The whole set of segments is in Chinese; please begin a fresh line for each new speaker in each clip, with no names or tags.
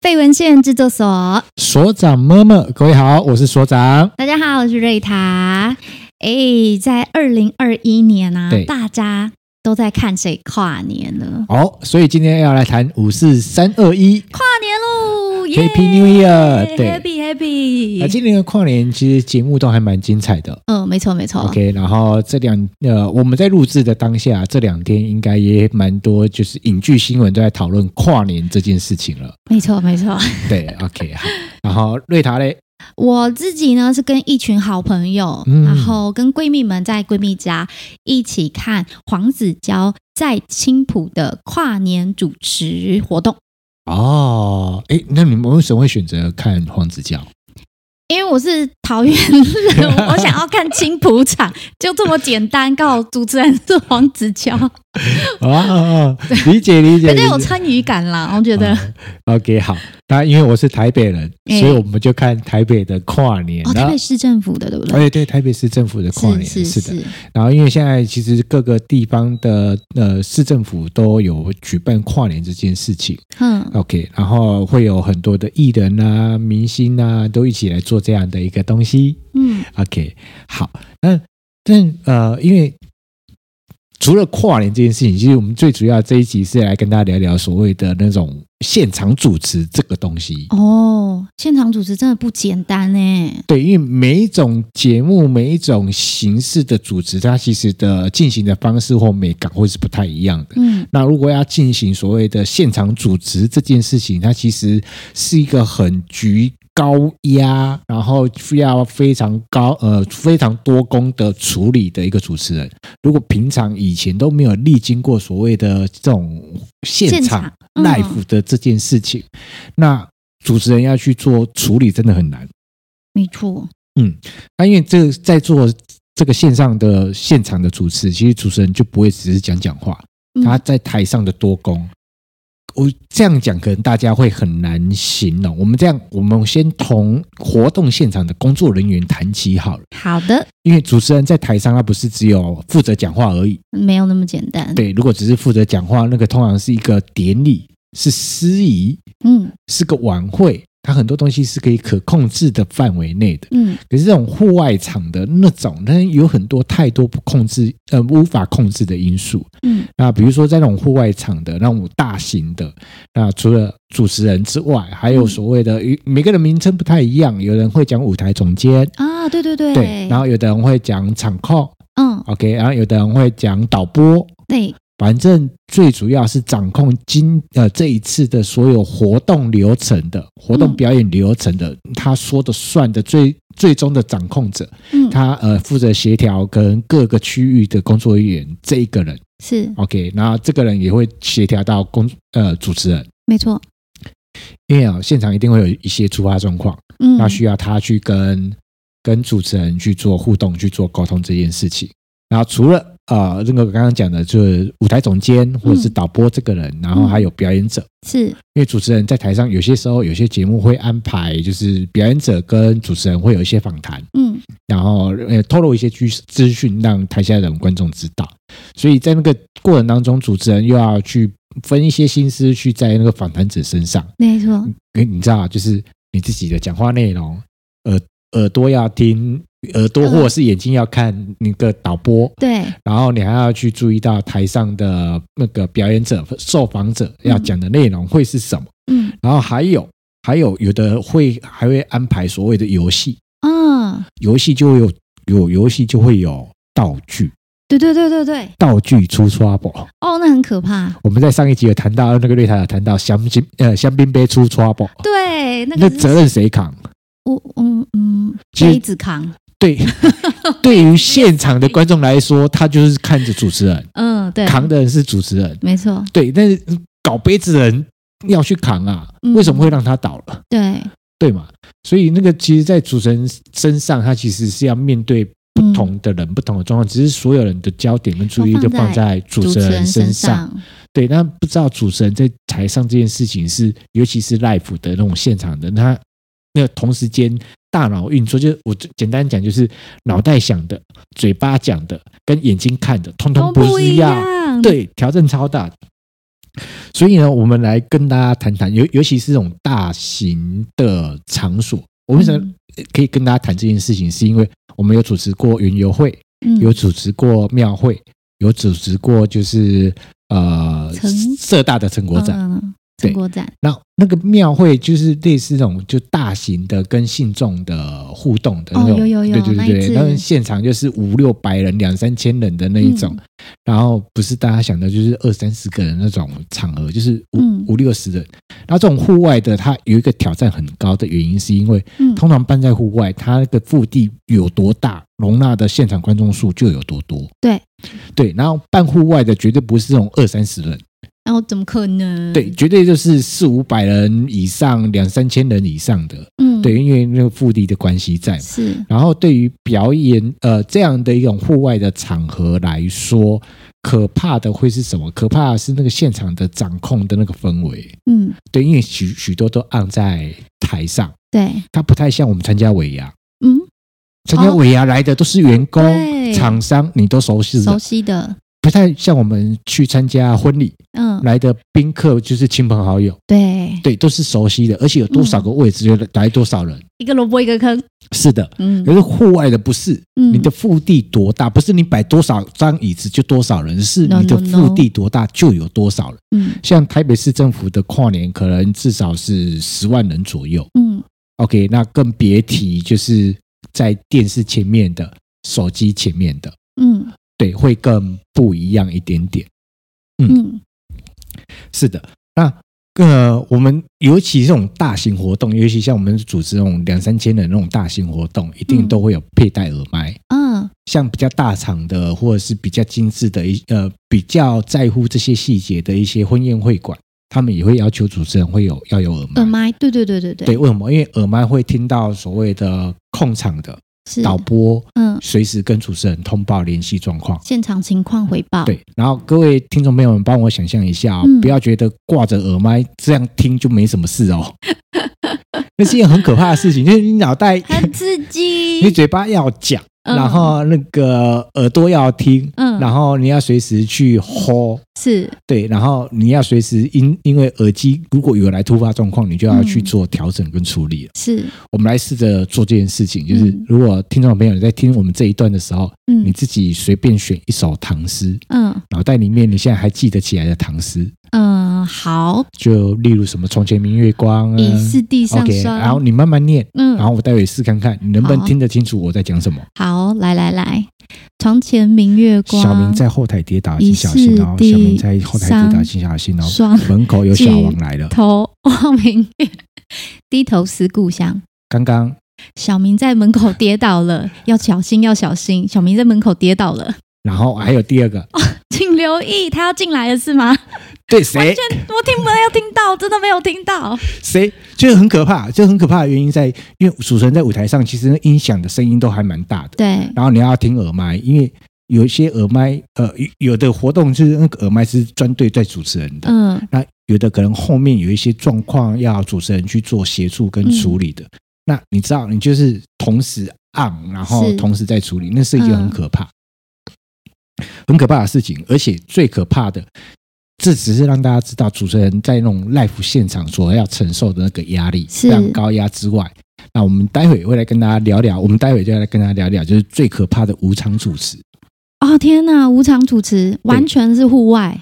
贝文献制作所。
所长么么，各位好，我是所长。
大家好，我是瑞塔。哎，在二零二一年啊
对，
大家都在看谁跨年呢？
好，所以今天要来谈五四三二一。
跨年喽耶
Happy New Year，对
，Happy
啊，
Happy。
今年的跨年其实节目都还蛮精彩的。
嗯，没错没错。
OK，然后这两呃，我们在录制的当下，这两天应该也蛮多，就是影剧新闻都在讨论跨年这件事情了。
没错，没错。
对，OK，好。 然后瑞塔嘞，
我自己呢是跟一群好朋友，
嗯
然后跟闺蜜们在闺蜜家一起看黄子佼在青浦的跨年主持活动。
哦，哎，那你们为什么会选择看黄子佼？
因为我是桃园人， 我想要看青浦场，就这么简单。刚好主持人是黄子佼，
啊啊，啊理解理 解，
绝对
理解
有参与感啦。我觉得，
哦 OK 好，那因为我是台北人，
哎
所以我们就看台北的跨年
哦，
然
台
后
北市政府的，对不对？
哎，对，台北市政府的跨年
是
是
是
的。然后，因为现在其实各个地方的呃市政府都有举办跨年这件事情
嗯，
，OK，然后会有很多的艺人啊、明星啊都一起来做这样的一个东西
嗯，
，OK，好，那但呃，因为除了跨年这件事情，其实我们最主要这一集是来跟大家聊聊所谓的那种现场主持这个东西，
哦，现场主持真的不简单呢。
对，因为每一种节目、每一种形式的组织，它其实的进行的方式或美感会是不太一样的。
嗯，
那如果要进行所谓的现场组织这件事情，它其实是一个很局高压，然后需要非常高呃非常多工的处理的一个主持人。如果平常以前都没有历经过所谓的这种现
现
场
场嗯
live 的这件事情，那主持人要去做处理真的很难。
没错。
那啊因为这个在做这个线上的现场的主持，其实主持人就不会只是讲讲话，
嗯
他在台上的多功。我这样讲，可能大家会很难形容。我们这样，我们先从活动现场的工作人员谈起好了。
好的，
因为主持人在台上，他不是只有负责讲话而已。
没有那么简单。，
对，如果只是负责讲话，那个通常是一个典礼，是司仪，
嗯
是个晚会，它很多东西是可以可控制的范围内的。
嗯，
可是这种户外场的那种，那有很多太多不控制、呃无法控制的因素。
嗯，
那比如说在那种户外场的那种大型的，那除了主持人之外，还有所谓的、每个人名称不太一样，有人会讲舞台总监，
啊，对对对，
对，然后有的人会讲场控
嗯，
，OK，然后有的人会讲导播。
对，
反正最主要是掌控今呃这一次的所有活动流程的活动
嗯
表演流程的，他说的算的最最终的掌控者，
嗯，
他呃负责协调跟各个区域的工作人员这一个人
是
，OK，然后这个人也会协调到工呃主持人，
没错。
因为啊、现场一定会有一些突发状况，
嗯，
那需要他去跟跟主持人去做互动、去做沟通这件事情。然后除了呃那个刚刚讲的，就是舞台总监或者是导播这个人，然后还有表演者。
是
因为主持人在台上，有些时候有些节目会安排，就是表演者跟主持人会有一些访谈，
嗯
然后呃透露一些资资讯，让台下的观众知道。所以在那个过程当中，主持人又要去分一些心思去在那个访谈者身上。
没错。
因为你知道，就是你自己的讲话内容，耳耳朵要听，耳朵
嗯
或者是眼睛要看那个导播，
对，
然后你还要去注意到台上的那个表演者、受访者
嗯
要讲的内容会是什么，
嗯
然后还有还有有的会还会安排所谓的游戏，
啊，
游戏就会有有游戏就会有道具，
对对对对对，
道具出 trouble。
哦，那很可怕。
我们在上一集有谈到那个瑞塔有谈到香槟呃香槟杯出 trouble，
对，那
那
个是
责任谁扛？
我嗯嗯，
其实
杯子扛，
对， 对于现场的观众来说，他就是看着主持人，
嗯，对，
扛的人是主持人，
没错，
对，但是嗯搞杯子的人要去扛啊，
嗯
为什么会让他倒了？
对，
对嘛？所以那个其实，在主持人身上，他其实是要面对不
嗯
同的人、不同的状况，只是所有人的焦点跟注意力都
都放
放在主
主
持
持
人
人
身
身
上。
上，
对，那不知道主持人在台上这件事情是，尤其是 live 的那种现场的，那那个同时间大脑运作，就是我简单讲，就是脑袋想的、嘴巴讲的跟眼睛看的，通
都
通
不
是
一
样。
样，，
对，调整超大。所以呢，我们来跟大家谈谈，尤尤其是这种大型的场所，我为什么
嗯
可以跟大家谈这件事情？是因为我们有主持过云游会，
嗯
有组织过庙会，有组织过就是呃
成
社大的成果展。
嗯嗯嗯
对
成果展，
那那个庙会就是类似那种就大型的跟信众的互动的那种，
哦有有有
对
那
对
一
对
次
对，那现场就是五六百人、两三千人的那一种，然后不是大家想的就是二三十个人那种场合，就是五、
嗯
五六十人。然后这种户外的，它有一个挑战很高的原因，是因为
嗯
通常办在户外，它那个腹地有多大，容纳的现场观众数就有多多。
对
对，然后办户外的绝对不是这种二三十人。
然后怎么可能？
对，，绝对就是四五百人以上、两三千人以上的，
嗯，
对，因为那个腹地的关系在嘛。
是，
然后对于表演，呃，这样的一种户外的场合来说，可怕的会是什么？可怕的是那个现场的掌控的那个氛围，
嗯，
对，因为许许多都按在台上，
对，
它不太像我们参加尾牙，
嗯，
参加
哦
尾牙来的都是员工、
对
厂商，你都熟悉
熟
的，
悉的，
不太像我们去参加婚礼
嗯，
来的宾客就是亲朋好友。
对，
对，都是熟悉的，而且有多少个位置就来多少人。
一个萝卜一个坑，
是的，
嗯
可是户外的不是，
嗯，
你的腹地多大，不是你摆多少张椅子就多少人，是
No,
你的
no,
腹地多大就有多少人。
嗯
像台北市政府的跨年，可能至少是十万人左右。
嗯
OK，那更别提就是在电视前面的、手机前面的，
嗯
对，会更不一样一点点。
嗯
是的，那呃，我们尤其这种大型活动，尤其像我们组织那种两三千人那种大型活动，一定
嗯
都会有佩戴耳麦。
嗯，
像比较大场的，或者是比较精致的一呃，比较在乎这些细节的一些婚宴会馆，他们也会要求主持人会有要有耳麦。
耳麦，对对对对对
对，，为什么？因为耳麦会听到所谓的控场的
是，
导播，
嗯，
随时跟主持人通报联系状况。
现场情况回报，
对，然后各位听众朋友们，帮我想象一下、哦，
啊嗯
不要觉得挂着耳麦这样听就没什么事哦， 那是一件很可怕的事情，就是你脑袋、
很刺
你
激，
嘴巴要讲，
嗯
然后那个耳朵要听，
嗯
然后你要随时去吼。
是，
对，然后你要随时因因为耳机如果有来突发状况，你就要去
嗯
做调整跟处理了。
是，
我们来试着做这件事情，就是
嗯
如果听众朋友你在听我们这一段的时候，你
嗯
自己随便选一首唐诗，
嗯
脑袋里面你现在还记得起来的唐诗，
嗯，好，
就例如什么“床前明月光”啊
疑是地上
，OK，
霜，
然后你慢慢念，
嗯，
然后我待会试看看你能不能
好
听得清楚我在讲什么。
好，来来来，床前明月光，
小明在后台跌倒，
疑
请小心哦！
是
小
地
明在后台跌倒，
上
请小心哦！
霜
门口有小王来了，
头望明月， 低头思故乡。
刚刚
小明在门口跌倒了，要小心，要小心！小明在门口跌倒了，
然后还有第二个，
哦请留意，他要进来了是 吗？
对谁
我听没有听到，真的没有听 到。
谁，就是很可怕，就很可怕的原因在，因为主持人在舞台上，其实那音响的声音都还蛮大的，
对，
然后你要听耳麦，因为有一些耳麦，呃，有有的活动是那个耳麦是专对在主持人的，
嗯
那有的可能后面有一些状况要主持人去做协助跟处理的。
嗯
那你知道，你就是同时按，然后
是
同时在处理，那是一件很可怕、很可怕的事情。而且最可怕的，这只是让大家知道主持人在那种 live 现场所要承受的那个压力，
是
非常高压之外。那我们待会会来跟大家聊聊，我们待会就来跟大家聊聊，就是最可怕的无偿主持。
哦天哪，无偿主持，完全是户外。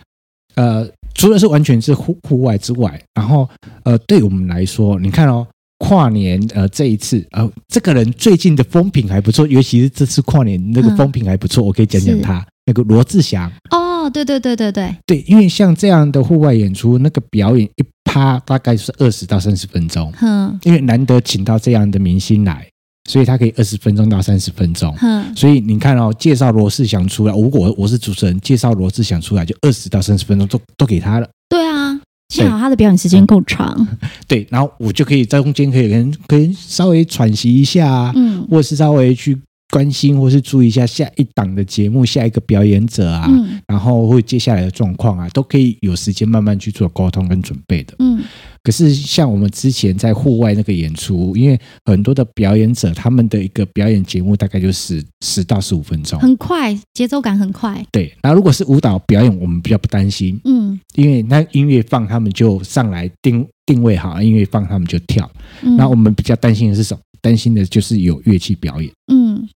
呃，除了是完全是户户外之外，然后呃，对我们来说，你看哦，跨年呃这一次呃，这个人最近的风评还不错，尤其是这次跨年那个
嗯
风评还不错，我可以讲讲
是
他那个罗志祥。
哦，对对对对对，
对，因为像这样的户外演出，那个表演一趴大概是二十到三十分钟，
哼
因为难得请到这样的明星来，所以他可以二十分钟到三十分钟。
哼，
所以你看哦，介绍罗志祥出来，如果我是主持人，介绍罗志祥出来就二十到三十分钟都都给他了。
对啊，幸好他的表演时间够长。
对，然后我就可以在中间可以跟可以稍微喘息一下啊，
嗯
或是稍微去关心或是注意一下下一档的节目、下一个表演者啊，
嗯
然后会接下来的状况啊，都可以有时间慢慢去做沟通跟准备的。
嗯
可是像我们之前在户外那个演出，因为很多的表演者他们的一个表演节目大概就十十到十五分钟，
很快，节奏感很快，
对。那如果是舞蹈表演，我们比较不担心，
嗯
因为那音乐放他们就上来定定位好，音乐放他们就跳。
嗯，
那我们比较担心的是什么？担心的就是有乐器表演。
嗯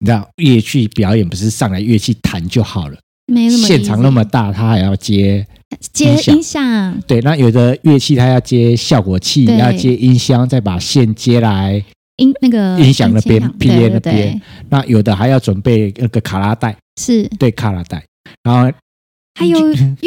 你知道乐器表演不是上来乐器弹就好了，
没那么
现场
easy
那么大，他还要接
接
音响
音响，
对。那有的乐器他要接效果器，
对
要接音箱，再把线接来。
音那个
音响那边
对
PA
嗯对
那
对
边那有的还要准备那个卡拉带，
是，
对卡拉带，然后
还 有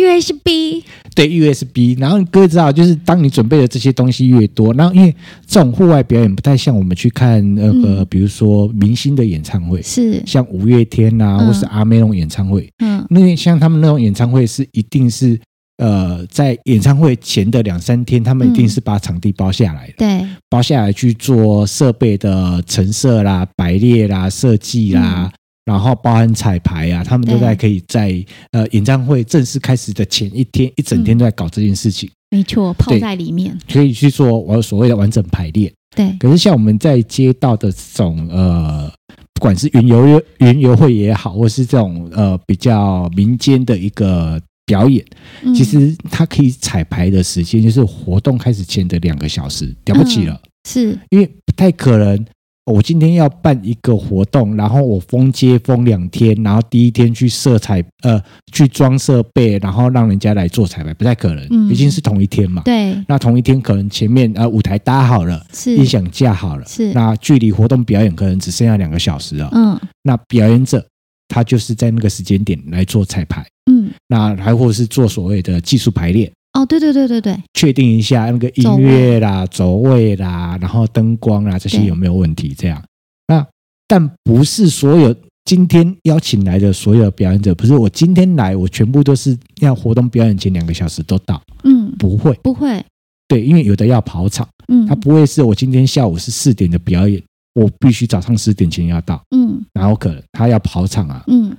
USB，
对 USB，然后各位知道，就是当你准备的这些东西越多，然后因为这种户外表演不太像我们去看那个，
嗯
比如说明星的演唱会，
是，
像五月天啊，
嗯
或是阿妹那种演唱会，
嗯
那像他们那种演唱会是一定是。呃，在演唱会前的两三天，他们一定
嗯
是把场地包下来的，
对，
包下来去做设备的陈设啦、排列啦、设计
嗯
啦，然后包含彩排啊，他们都在
对
可以在呃演唱会正式开始的前一天，一整
嗯
天都在搞这件事情，
没错，泡
对
在里面，
可以去做我所谓的完整排列。
对，
可是像我们在接到的这种呃。不管是云游云游会也好，或是这种呃比较民间的一个表演，
嗯
其实它可以彩排的时间就是活动开始前的两个小时，了不起
嗯
了。
是，
因为不太可能。我今天要办一个活动，然后我封街封两天，然后第一天去色彩呃去装设备，然后让人家来做彩排，不太可能，
嗯
毕竟是同一天嘛。
对，
那同一天可能前面呃舞台搭好了，
是
音响架好了，
是，
那距离活动表演可能只剩下两个小时了。
嗯
那表演者他就是在那个时间点来做彩排，
嗯，
那还或者是做所谓的技术排列，
哦，对对对对对，
确定一下那个音乐啦、走位啦，然后灯光啦这些
对
有没有问题？这样，那但不是所有今天邀请来的所有的表演者，不是我今天来，我全部都是要活动表演前两个小时都到，
嗯，
不会。
不会，
对，因为有的要跑场，
嗯
他不会是我今天下午是四点的表演，我必须早上十点前要到，
嗯
然后可能他要跑场啊，
嗯，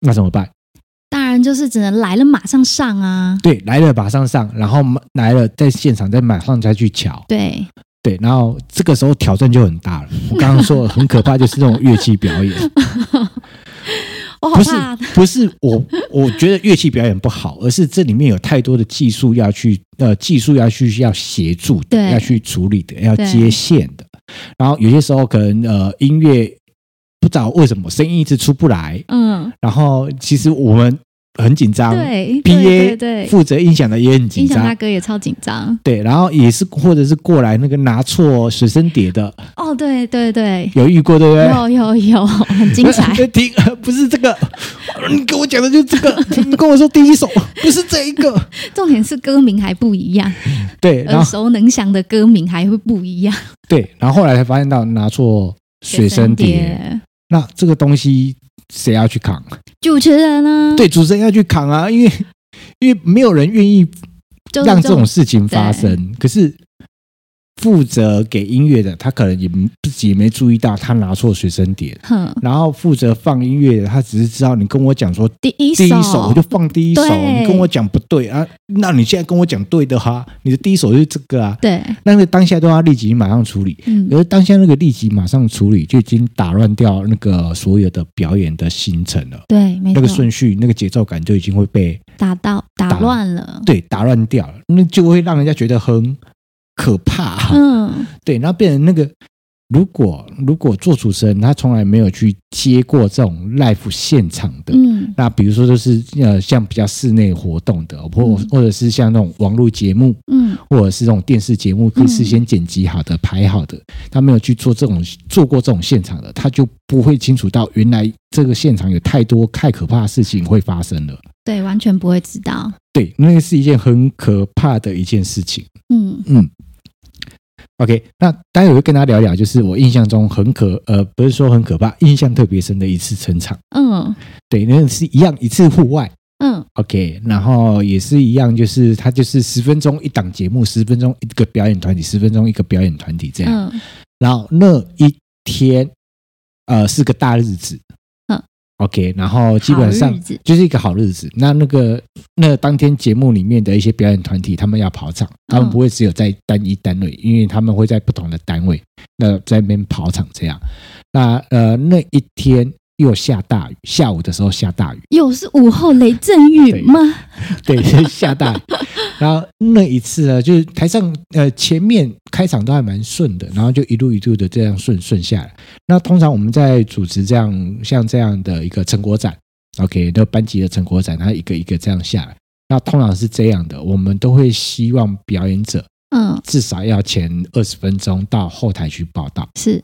那怎么办？
当然就是只能来了马上上啊，
对，来了马上上，然后来了在现场再马上再去瞧，
对，
对，然后这个时候挑战就很大了。我刚刚说的很可怕，就是那种乐器表演，
我 哦好
不是
怕，
不是我我觉得乐器表演不好，而是这里面有太多的技术要去呃技术要去要协助的，
对
要去处理的，要
对
接线的。然后有些时候可能呃音乐不知道为什么声音一直出不来，
嗯，
然后其实我们很紧 张
对对对
，PA
对，
负责音响的 E 也很紧
音响大
张。
哥也超紧张，
对，然后也是，或者是过来那个拿错随身碟的，
哦，对对对，
有遇过对不对？，
有有有， 很哦精彩
呃听，呃不是这个，你跟我讲的就是这个，你跟我说第一首 不是这一 个，
重点是歌名还不一样，
对， 然
耳
后
熟能详的歌名还会不一样，
对，然后后来才发现到拿错水声碟，那这个东西谁要去扛？
主持人呢？，
对，主持人要去扛啊，因为因为没有人愿意
就是
让这种事情发生，可是。负责给音乐的，他可能也自己也没注意到，他拿错随身碟。
哼，
然后负责放音乐的，他只是知道你跟我讲说
第一
第一首我就放第一首，
对
你跟我讲不对啊，那你现在跟我讲对的哈，你的第一首就是这个啊，
对，
那个当下都要立即马上处理，
嗯
而当下那个立即马上处理就已经打乱掉那个所有的表演的行程了，
对，没
那个
错，
顺序、那个节奏感就已经会被
打到打
打
乱了，
对打乱掉了，那就会让人家觉得很可怕、
嗯，
对，然后变成那个。如果如果做主持人，他从来没有去接过这种 live 现场的，
嗯
那比如说就是呃，像比较室内活动的，或、
嗯
或者是像那种网络节目，
嗯，
或者是这种电视节目，可以事先剪辑好的、排好的，他没有去做这种做过这种现场的，他就不会清楚到原来这个现场有太多太可怕的事情会发生了。
对，完全不会知道，
对，那是一件很可怕的一件事情。
嗯
嗯，OK，那待会会跟大家聊聊，就是我印象中很可呃，不是说很可怕，印象特别深的一次成场。
嗯
对，那是一样一次户外。
嗯，
OK，然后也是一样，就是他就是十分钟一档节目，十分钟一个表演团体，十分钟一个表演团体这样。
嗯
然后那一天，呃，是个大日子。
嗯
OK，然后基本上
好日子
就是一个好日子。那那个那当天节目里面的一些表演团体，他们要跑
嗯
场，他们不会只有在单一单位，因为他们会在不同的单位，那在那边跑场这样。那呃那一天又下大雨，下午的时候下大雨，
又是午后雷阵雨
对
吗？
对，就是下大雨。然后那一次呢，就是台上呃前面开场都还蛮顺的，然后就一路一路的这样顺顺下来。那通常我们在主持这样像这样的一个成果展，OK，那班级的成果展，它一个一个这样下来。那通常是这样的，我们都会希望表演者
嗯，
至少要前二十分钟到后台去报道
是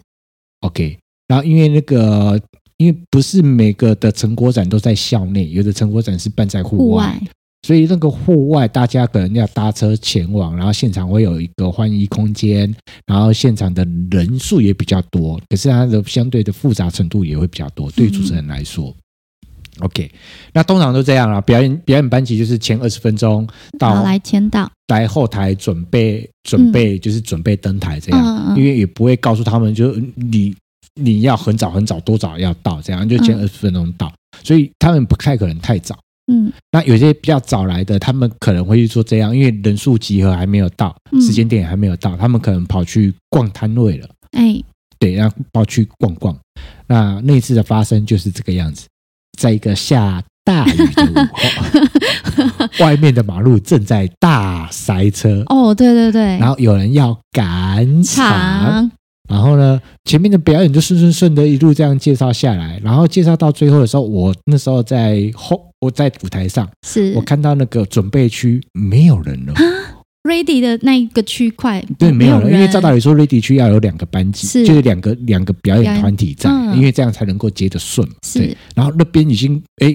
，OK。然后因为那个，因为不是每个的成果展都在校内，有的成果展是办在
户
户外
外，
所以那个户外，大家可能要搭车前往，然后现场会有一个换衣空间，然后现场的人数也比较多，可是它的相对的复杂程度也会比较多，对于主持人来说。OK，那通常都这样啦，表演表演班级就是前二十分钟
好
到
来签到，
来后台准备准备，就是准备登台这样，
嗯嗯嗯，
因为也不会告诉他们，就是你你要很早很早多早要到这样，就前
嗯
二十分钟到，所以他们不太可能太早。
嗯
那有些比较早来的，他们可能会去做这样，因为人数集合还没有到，
嗯
时间点也还没有到，他们可能跑去逛摊位了，
哎，
对，然后跑去逛逛。那那一次的发生就是这个样子，在一个下大雨的午后， 外面的马路正在大塞车，
哦，对对对，
然后有人要赶场，
长
然后呢，前面的表演就顺顺顺的一路这样介绍下来，然后介绍到最后的时候，我那时候在后，我在舞台上。
是
我看到那个准备区没有人了，
ready 的那一个区块，
对，没有
嗯人，
人，因为照道理说 ready 区要有两个班级，
是
就是两个两个表演团体在，
嗯
因为这样才能够接得顺嘛。对
是，
然后那边已经哎，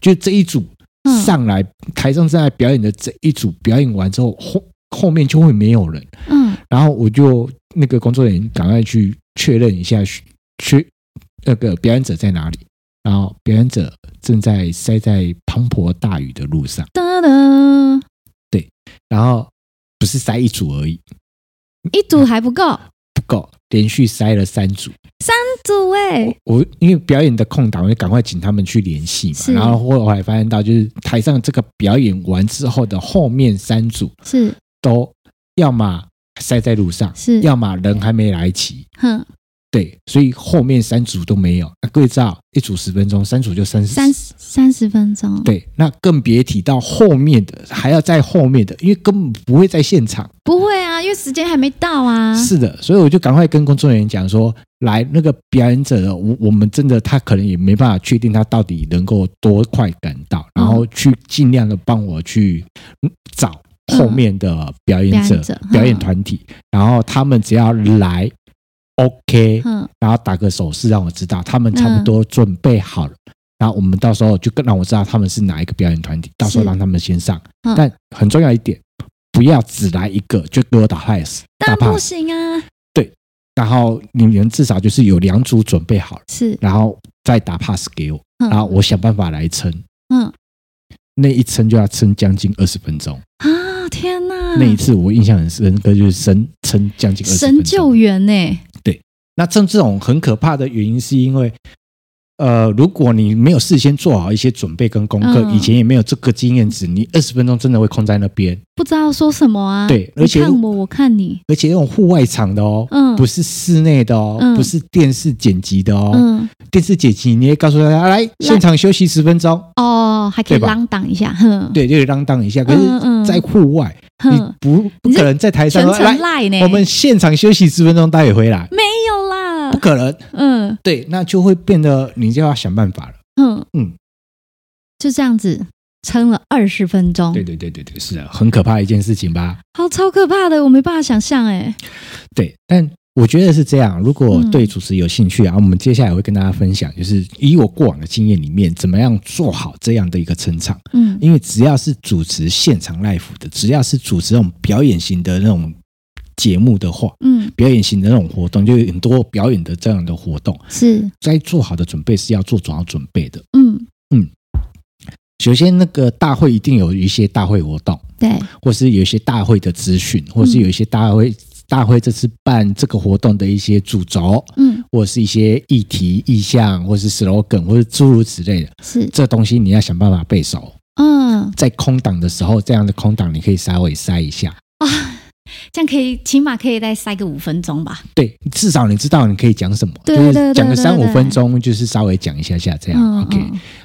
就这一组
嗯
上来、台上正在表演的这一组表演完之后，后后面就会没有人，
嗯
然后我就那个工作人员赶快去确认一下，去那个表演者在哪里，然后表演者正在塞在滂沱大雨的路上。
噔噔，
然后不是塞一组而已，
一组还不够，
不够，连续塞了三组。
组哎，
我因为表演的空档，我就赶快请他们去联系嘛。
是
然后后来发现到，就是台上这个表演完之后的后面三组
是
都要么塞在路上，
是
要么人还没来齐。
哼，
对，所以后面三组都没有。那各位知道，一组十分钟，三组就三十。
三三十分钟，，
对，那更别提到后面的，还要在后面的，因为根本不会在现场。
不会啊，因为时间还没到啊，
是的，所以我就赶快跟工作人员讲说，来那个表演者，我我们真的他可能也没办法确定他到底能够多快赶到，然后去尽量的帮我去嗯找后面的表演者、
表演者嗯
表演团体，然后他们只要来，OK，
哼，
然后打个手势让我知道他们差不多准备好了。然后我们到时候就更让我知道他们是哪一个表演团体，到时候让他们先上。
嗯
但很重要一点，不要只来一个就给我打 pass，打
但不
pass。
行啊，
然后你们至少就是有两组准备好了，
是，
然后再打 pass 给我，
嗯
然后我想办法来撑。
嗯
那一撑就要撑将近二十分钟。
啊，天哪，
那一次我印象很深刻，就是撑撑将近二十
神
分
救
钟。
援呢，
那这这种很可怕的原因是因为，呃，如果你没有事先做好一些准备跟功课，
嗯
以前也没有这个经验值，你二十分钟真的会空在那边。
不知道说什么啊，
对
你
而且
看我，我看你，
而且那种户外场的哦，
嗯
不是室内的哦，
嗯
不是电视剪辑的哦，
嗯，
电视剪辑，你也告诉大家来现场休息十分钟，
哦，还可以
对吧
浪荡一下，哼，
对，就是浪荡一下。可
嗯嗯
是，在户外，你
哼，
不不可能在台上
全
说来
程，赖呢，
我们现场休息十分钟，待会回来，
没有啦
不，可能。
嗯
对，那就会变得你就要想办法了。
哼
嗯，
就这样子撑了二十分钟，
对对对对对，是的，啊很可怕的一件事情吧？
好超可怕的，我没办法想象哎，
对，但。我觉得是这样。如果
嗯
对主持有兴趣啊，我们接下来会跟大家分享，就是以我过往的经验里面，怎么样做好这样的一个撑场。
嗯
因为只要是主持现场 live 的，只要是主持那种表演型的那种节目的话，
嗯
表演型的那种活动，就有很多表演的这样的活动，
是
该做好的准备是要做早准备的。
嗯
首先，那个大会一定有一些大会活动，
对
或是有一些大会的资讯，或是有一些大会、大会这次办这个活动的一些主轴，
嗯，
或者是一些议题、意向，或是 slogan，或是诸如此类的，
是，
这东西你要想办法背熟。
嗯，
在空档的时候，这样的空档你可以稍微塞一下，
这样可以，起码可以再塞个五分钟吧。
对，至少你知道你可以讲什么，
对啊对
就是
对
讲个
对
三五
对
分钟，就是稍微讲一下下这样、
嗯
o k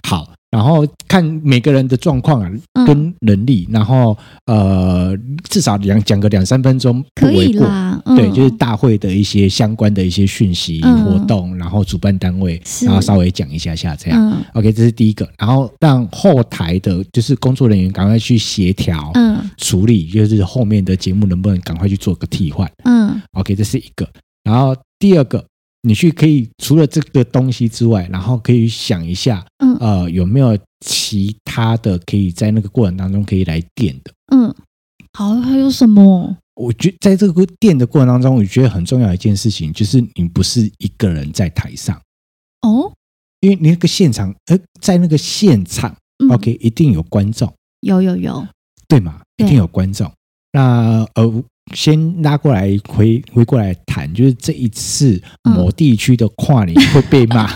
好，然后看每个人的状况啊，
嗯
跟能力，然后呃，至少两讲个两三分钟不
可
为
以
过。
啦，嗯、
对，就是大会的一些相关的一些讯息、
嗯
活动，然后主办单位，
是
然后稍微讲一下下这样。
嗯
OK，这是第一个，然后让后台的，就是工作人员赶快去协调、
嗯
处理，就是后面的节目能不能赶快去做个替换。
嗯
OK，这是一个。然后第二个，你去可以除了这个东西之外，然后可以想一下，
嗯
呃，有没有其他的可以在那个过程当中可以来垫的？
嗯，好，还有什么？
我觉在这个垫的过程当中，我觉得很重要的一件事情就是，你不是一个人在台上，
哦、
因为你那个现场，呃，在那个现场、
嗯
o k 一定有观众，
有有有，
对吗？一
对
定有观众。那呃，先拉过来回回过来谈，就是这一次
嗯
某地区的跨年会被骂，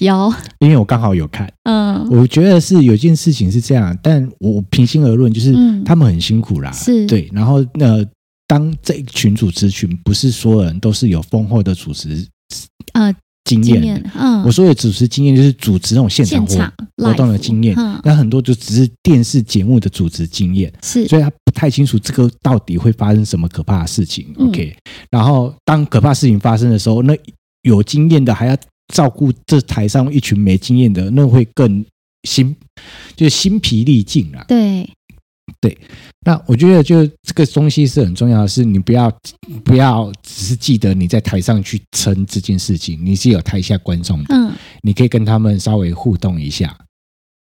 有，
因为我刚好有看，
嗯，
我觉得是有件事情是这样，但我平心而论，就是
嗯
他们很辛苦啦，
是
对。然后那、呃当这一群主持群，不是所有人都是有丰厚的主持
呃，
经
经
验的。
验，嗯，
我说的主持经验就是主持那种现场
现
活
场
活动的
live，
经验
嗯，
那很多就只是电视节目的主持经验，
是，
所以他不太清楚这个到底会发生什么可怕的事情。
嗯
OK，然后当可怕事情发生的时候，那有经验的还要照顾这台上一群没经验的，那会更心就是心疲力尽啦。
对，
那我觉得就这个东西是很重要的是，你不要不要只是记得你在台上去撑这件事情，你是有台下观众的，
嗯
你可以跟他们稍微互动一下，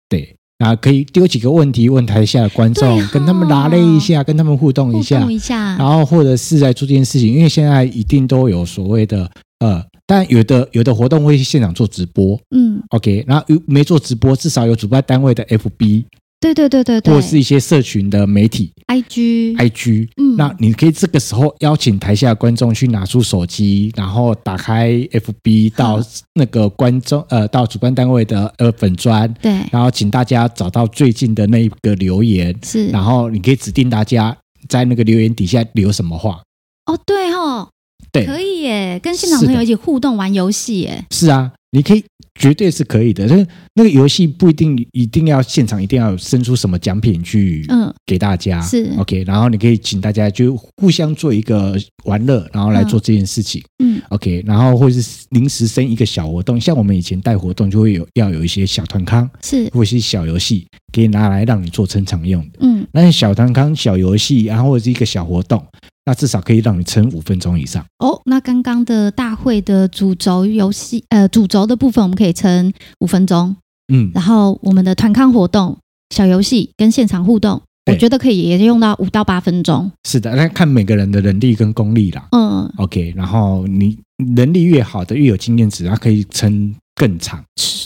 对。然后可以丢几个问题问台下的观众
对，哈
跟他们拉勒一下，跟他们互动一
互
下，
动一下，
然后或者是来做这件事情，因为现在一定都有所谓的呃，但有的有的活动会现场做直播
嗯，
，OK，然后有没做直播，至少有主办单位的 FB
对对对对对，
或者是一些社群的媒体
IG，
IG，
嗯
那你可以这个时候邀请台下的观众去拿出手机，然后打开 FB 到那个观众呃到主办单位的呃粉砖，
对，
然后请大家找到最近的那一个留言，
是，
然后你可以指定大家在那个留言底下留什么话。
哦，对哦，
对，
可以耶，跟现场
是
朋友
的
一起互动玩游戏耶，
是啊，你可以绝对是可以的，但是那个游戏不一定一定要现场一定要生出什么奖品去
嗯，
给大家，
是
OK。然后你可以请大家就互相做一个玩乐，然后来做这件事情、
嗯
o k 然后或是临时生一个小活动，像我们以前带活动就会有要有一些小团康
是，
或是小游戏，可以拿来让你做撑场用的。
嗯，
那些小团康、小游戏，然后或者是一个小活动，那至少可以让你撑五分钟以上。
哦，那刚刚的大会的主轴游戏，呃，主轴的部分我们可以撑五分钟，
嗯，
然后我们的团康活动、小游戏跟现场互动，我
对
觉得可以也用到五到八分钟。
是的，那看每个人的能力跟功力啦。
嗯，
OK，然后你能力越好的，越有经验值，它可以撑更长，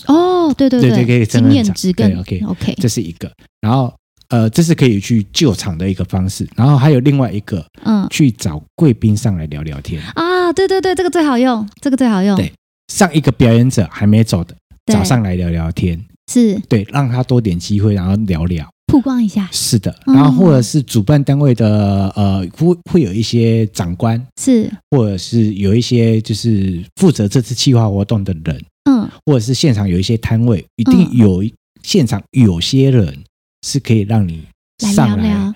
哦，对对
对对可以真
经
的
验
很长
值更
对，OK
OK，
这是一个。然后呃，这是可以去救场的一个方式。然后还有另外一个，
嗯
去找贵宾上来聊聊天。
啊，对对对，这个最好用，这个最好用，
对上一个表演者还没走的，
对
找上来聊聊天，
是
对，让他多点机会，然后聊聊。
曝光一下，
是的，
嗯
然后或者是主办单位的呃，会会有一些长官，
是
或者是有一些就是负责这次企划活动的人。
嗯
或者是现场有一些摊位，一定
嗯
有、现场有些人是可以让你
来
上
聊聊
来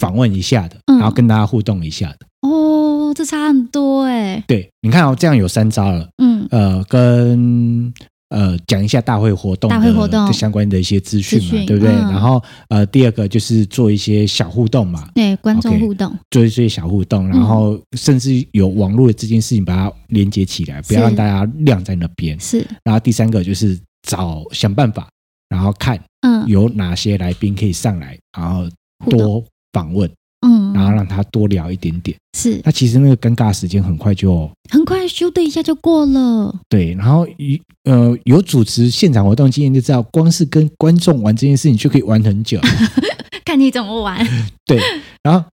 访问一下的，
嗯
然后跟大家互动一下的。
哦，这差很多哎，
对，你看哦，这样有三招了，
嗯
呃，跟呃讲一下大会活动的
大会活动
的相关的一些资讯
资
嘛
讯，
对不对？
嗯
然后呃，第二个就是做一些小互动嘛。
对，观众
OK
互动
做一些小互动，然后
嗯
甚至有网络的这件事情，把它连接起来，不要
是
让大家晾在那边。
是
然后第三个就是找想办法，然后看
嗯
有哪些来宾可以上来，然后
互动
多访问，然后
嗯
让他多聊一点点。
是
那其实那个尴尬时间很快就
很快咻的一下就过 了，
对，然后一呃有主持现场活动经验就知道，光是跟观众 玩这件事情就可以玩很久。
看你怎么玩，
对，然后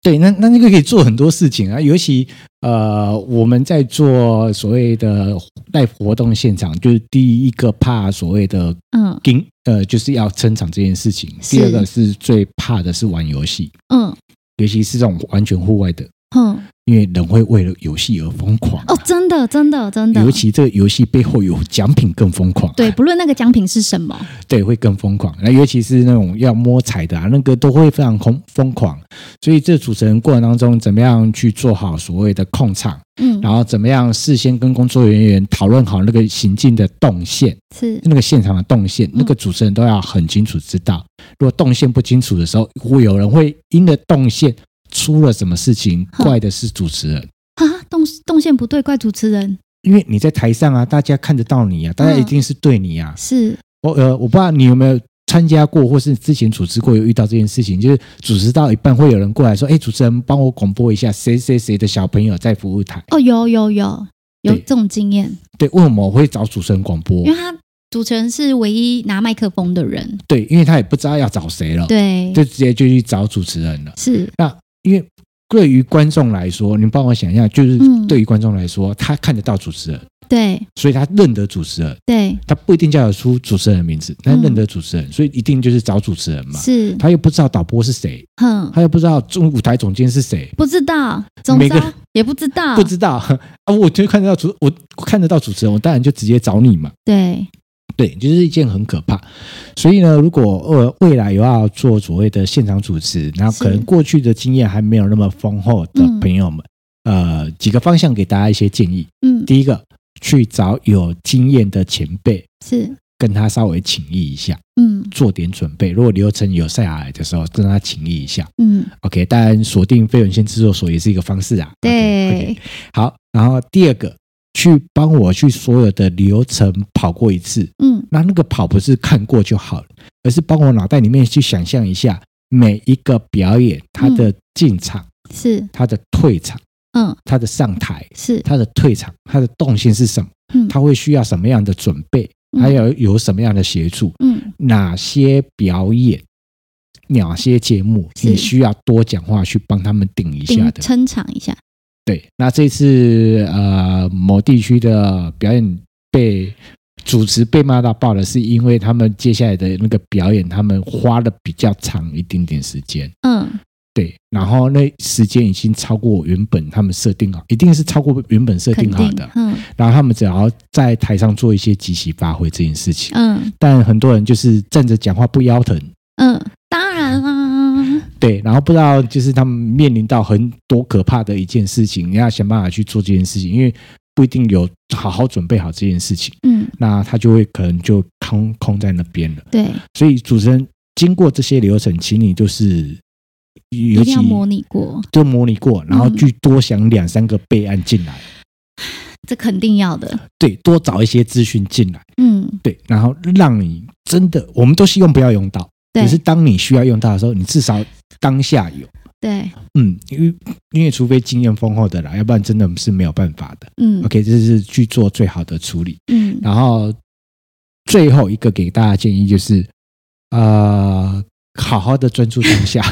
对，那那那个可以做很多事情啊，尤其呃，我们在做所谓的在活动现场，就是第一个怕所谓的
嗯
跟呃，就是要撑场这件事情；
是
第二个是最怕的是玩游戏，
嗯
尤其是这种完全户外的，
嗯，
因为人会为了游戏而疯狂、啊
哦，真的真的真的啊
尤，其这个游戏背后有奖品更疯狂，啊
对，不论那个奖品是什么，
对，会更疯狂。那尤其是那种要摸彩的啊，那个都会非常疯疯狂。所以这主持人过程当中，怎么样去做好所谓的控场，
嗯，
然后怎么样事先跟工作人员讨论好那个行进的动线，
是
那个现场的动线，
嗯
那个主持人都要很清楚知道。如果动线不清楚的时候，会有人会因着动线出了什么事情，
哼
怪的是主持人。
啊，动动线不对，怪主持人
因为你在台上啊，大家看得到你啊，大家
嗯
一定是对你啊，
是
我呃，我不知道你有没有参加过，或是之前主持过有遇到这件事情，就是主持到一半会有人过来说：“哎，主持人帮我广播一下谁谁谁的小朋友在服务台。
哦，有有有有
对
这种经验，”
对，为什么我会找主持人广播
因？为他主持人是唯一拿麦克风的人，
对，因为他也不知道要找谁了，
对，
就直接就去找主持人了。
是
那因为对于观众来说，你帮我想一下，就是
嗯
对于观众来说，他看得到主持人，
对
所以他认得主持人，
对
他不一定叫得出主持人的名字，但
嗯
认得主持人，所以一定就是找主持人嘛。
是，
他又不知道导播是谁，
哼，
他又不知道中舞台总监是谁，
不知道，总
每
之
个
啊也不知道，
不知道 啊，我就看得到主，我看得到主持人，我当然就直接找你嘛。
对，
对，就是一件很可怕。所以呢，如果呃未来有要做所谓的现场主持，然后
是
可能过去的经验还没有那么丰厚的
嗯
朋友们，呃，几个方向给大家一些建议。
嗯，
第一个，去找有经验的前辈，
是，
跟他稍微请益一下，
嗯
做点准备。如果流程有下来的时候，跟他请益一下。
嗯，
OK，当然锁定非文献制作所也是一个方式啊。OK，OK
对，
好，然后第二个，去帮我去所有的流程跑过一次。
嗯
那那个跑不是看过就好了，而是帮我脑袋里面去想象一下每一个表演它
嗯
的进场、
是，
它的退场、
嗯
它的上台、
是，
它的退场、它的动线是什么，
嗯
它会需要什么样的准备，
嗯
还有有什么样的协助，
嗯
哪些表演。哪些节目
是
你需要多讲话去帮他们顶一下
顶
的？
撑场一下，
对，那这次呃某地区的表演被主持被骂到爆了，是因为他们接下来的那个表演，他们花了比较长一点点时间。
嗯
对，然后那时间已经超过原本他们设定好，一定是超过原本设
肯
定好
定
的。，
嗯
然后他们只要在台上做一些即席发挥这件事情，
嗯
但很多人就是站着讲话不腰疼，
嗯，当然啦，
对，然后不知道就是他们面临到很多可怕的一件事情，你要想办法去做这件事情，因为不一定有好好准备好这件事情，
嗯
那他就会可能就空空在那边了。
对，
所以主持人经过这些流程，请你就是尤
一
其
定要模拟过，
就模拟过，然后去多想两三个备案进来，
这肯定要的，
对，多找一些资讯进来，
嗯
对，然后让你真的，我们都希望不要用到，
对
可是当你需要用到的时候，你至少当下有。
对，
嗯，因为因为除非经验丰厚的啦，要不然真的是没有办法的。
嗯
OK，这是去做最好的处理。
嗯
然后最后一个给大家建议就是，呃，好好的专注当下，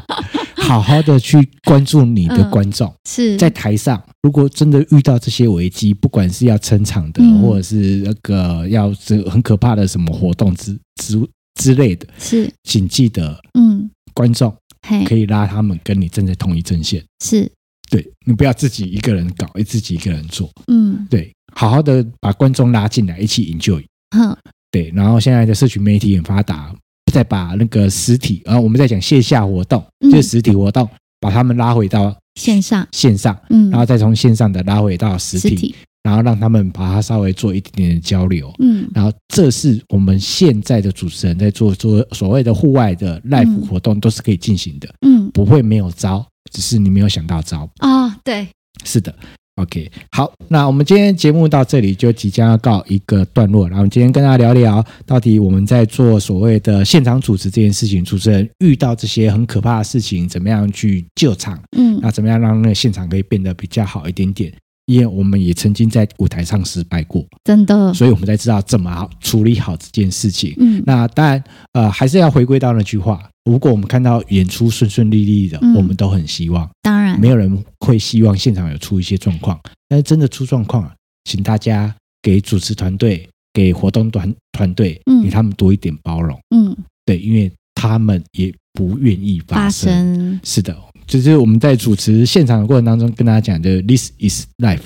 好好的去关注你的
嗯
观众。
是，
在台上，如果真的遇到这些危机，不管是要撑场的，
嗯
或者是那个要这很可怕的什么活动之之之类的，
是，
请记得
嗯
观众
嘿
可以拉他们跟你站在同一阵线。
是，
对你不要自己一个人搞，自己一个人做，
嗯
对，好好的把观众拉进来一起 enjoy，
哼
对，然后现在的社群媒体很发达，再把那个实体，然后我们再讲线下活动，
嗯
就是实体活动，把他们拉回到
线上，
线上，
嗯
然后再从线上的拉回到实
实
体，
体，
然后让他们把它稍微做一点点的交流。
嗯
然后，这是我们现在的主持人在做做所谓的户外的 live
嗯
活动，都是可以进行的，
嗯
不会没有招，只是你没有想到招。
啊对，
是的，OK，好，那我们今天节目到这里就即将要告一个段落。然后我们今天跟大家聊聊，到底我们在做所谓的现场主持这件事情，主持人遇到这些很可怕的事情，怎么样去救场，
嗯
那怎么样让那个现场可以变得比较好一点点。因为我们也曾经在舞台上失败过，
真的，
所以我们才知道怎么好处理好这件事情。
嗯
那当然，呃，还是要回归到那句话：如果我们看到演出顺顺利利的，
嗯
我们都很希望，
当然
没有人会希望现场有出一些状况。但是真的出状况啊，请大家给主持团队、给活动团团队，
嗯
给他们多一点包容。
嗯
对，因为他们也不愿意
发
发生。
生，
是的，就是我们在主持现场的过程当中跟大家讲的，this is life。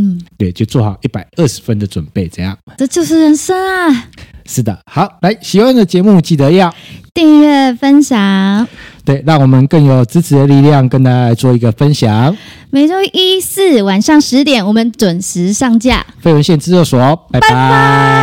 嗯，
对，就做好一百二十分的准备，这样。
这就是人生啊！
是的，好，来，喜欢的节目记得要
订阅分享，
对，让我们更有支持的力量，跟大家来做一个分享。
每周一四晚上十点我们准时上架，
飞文献制作所，拜拜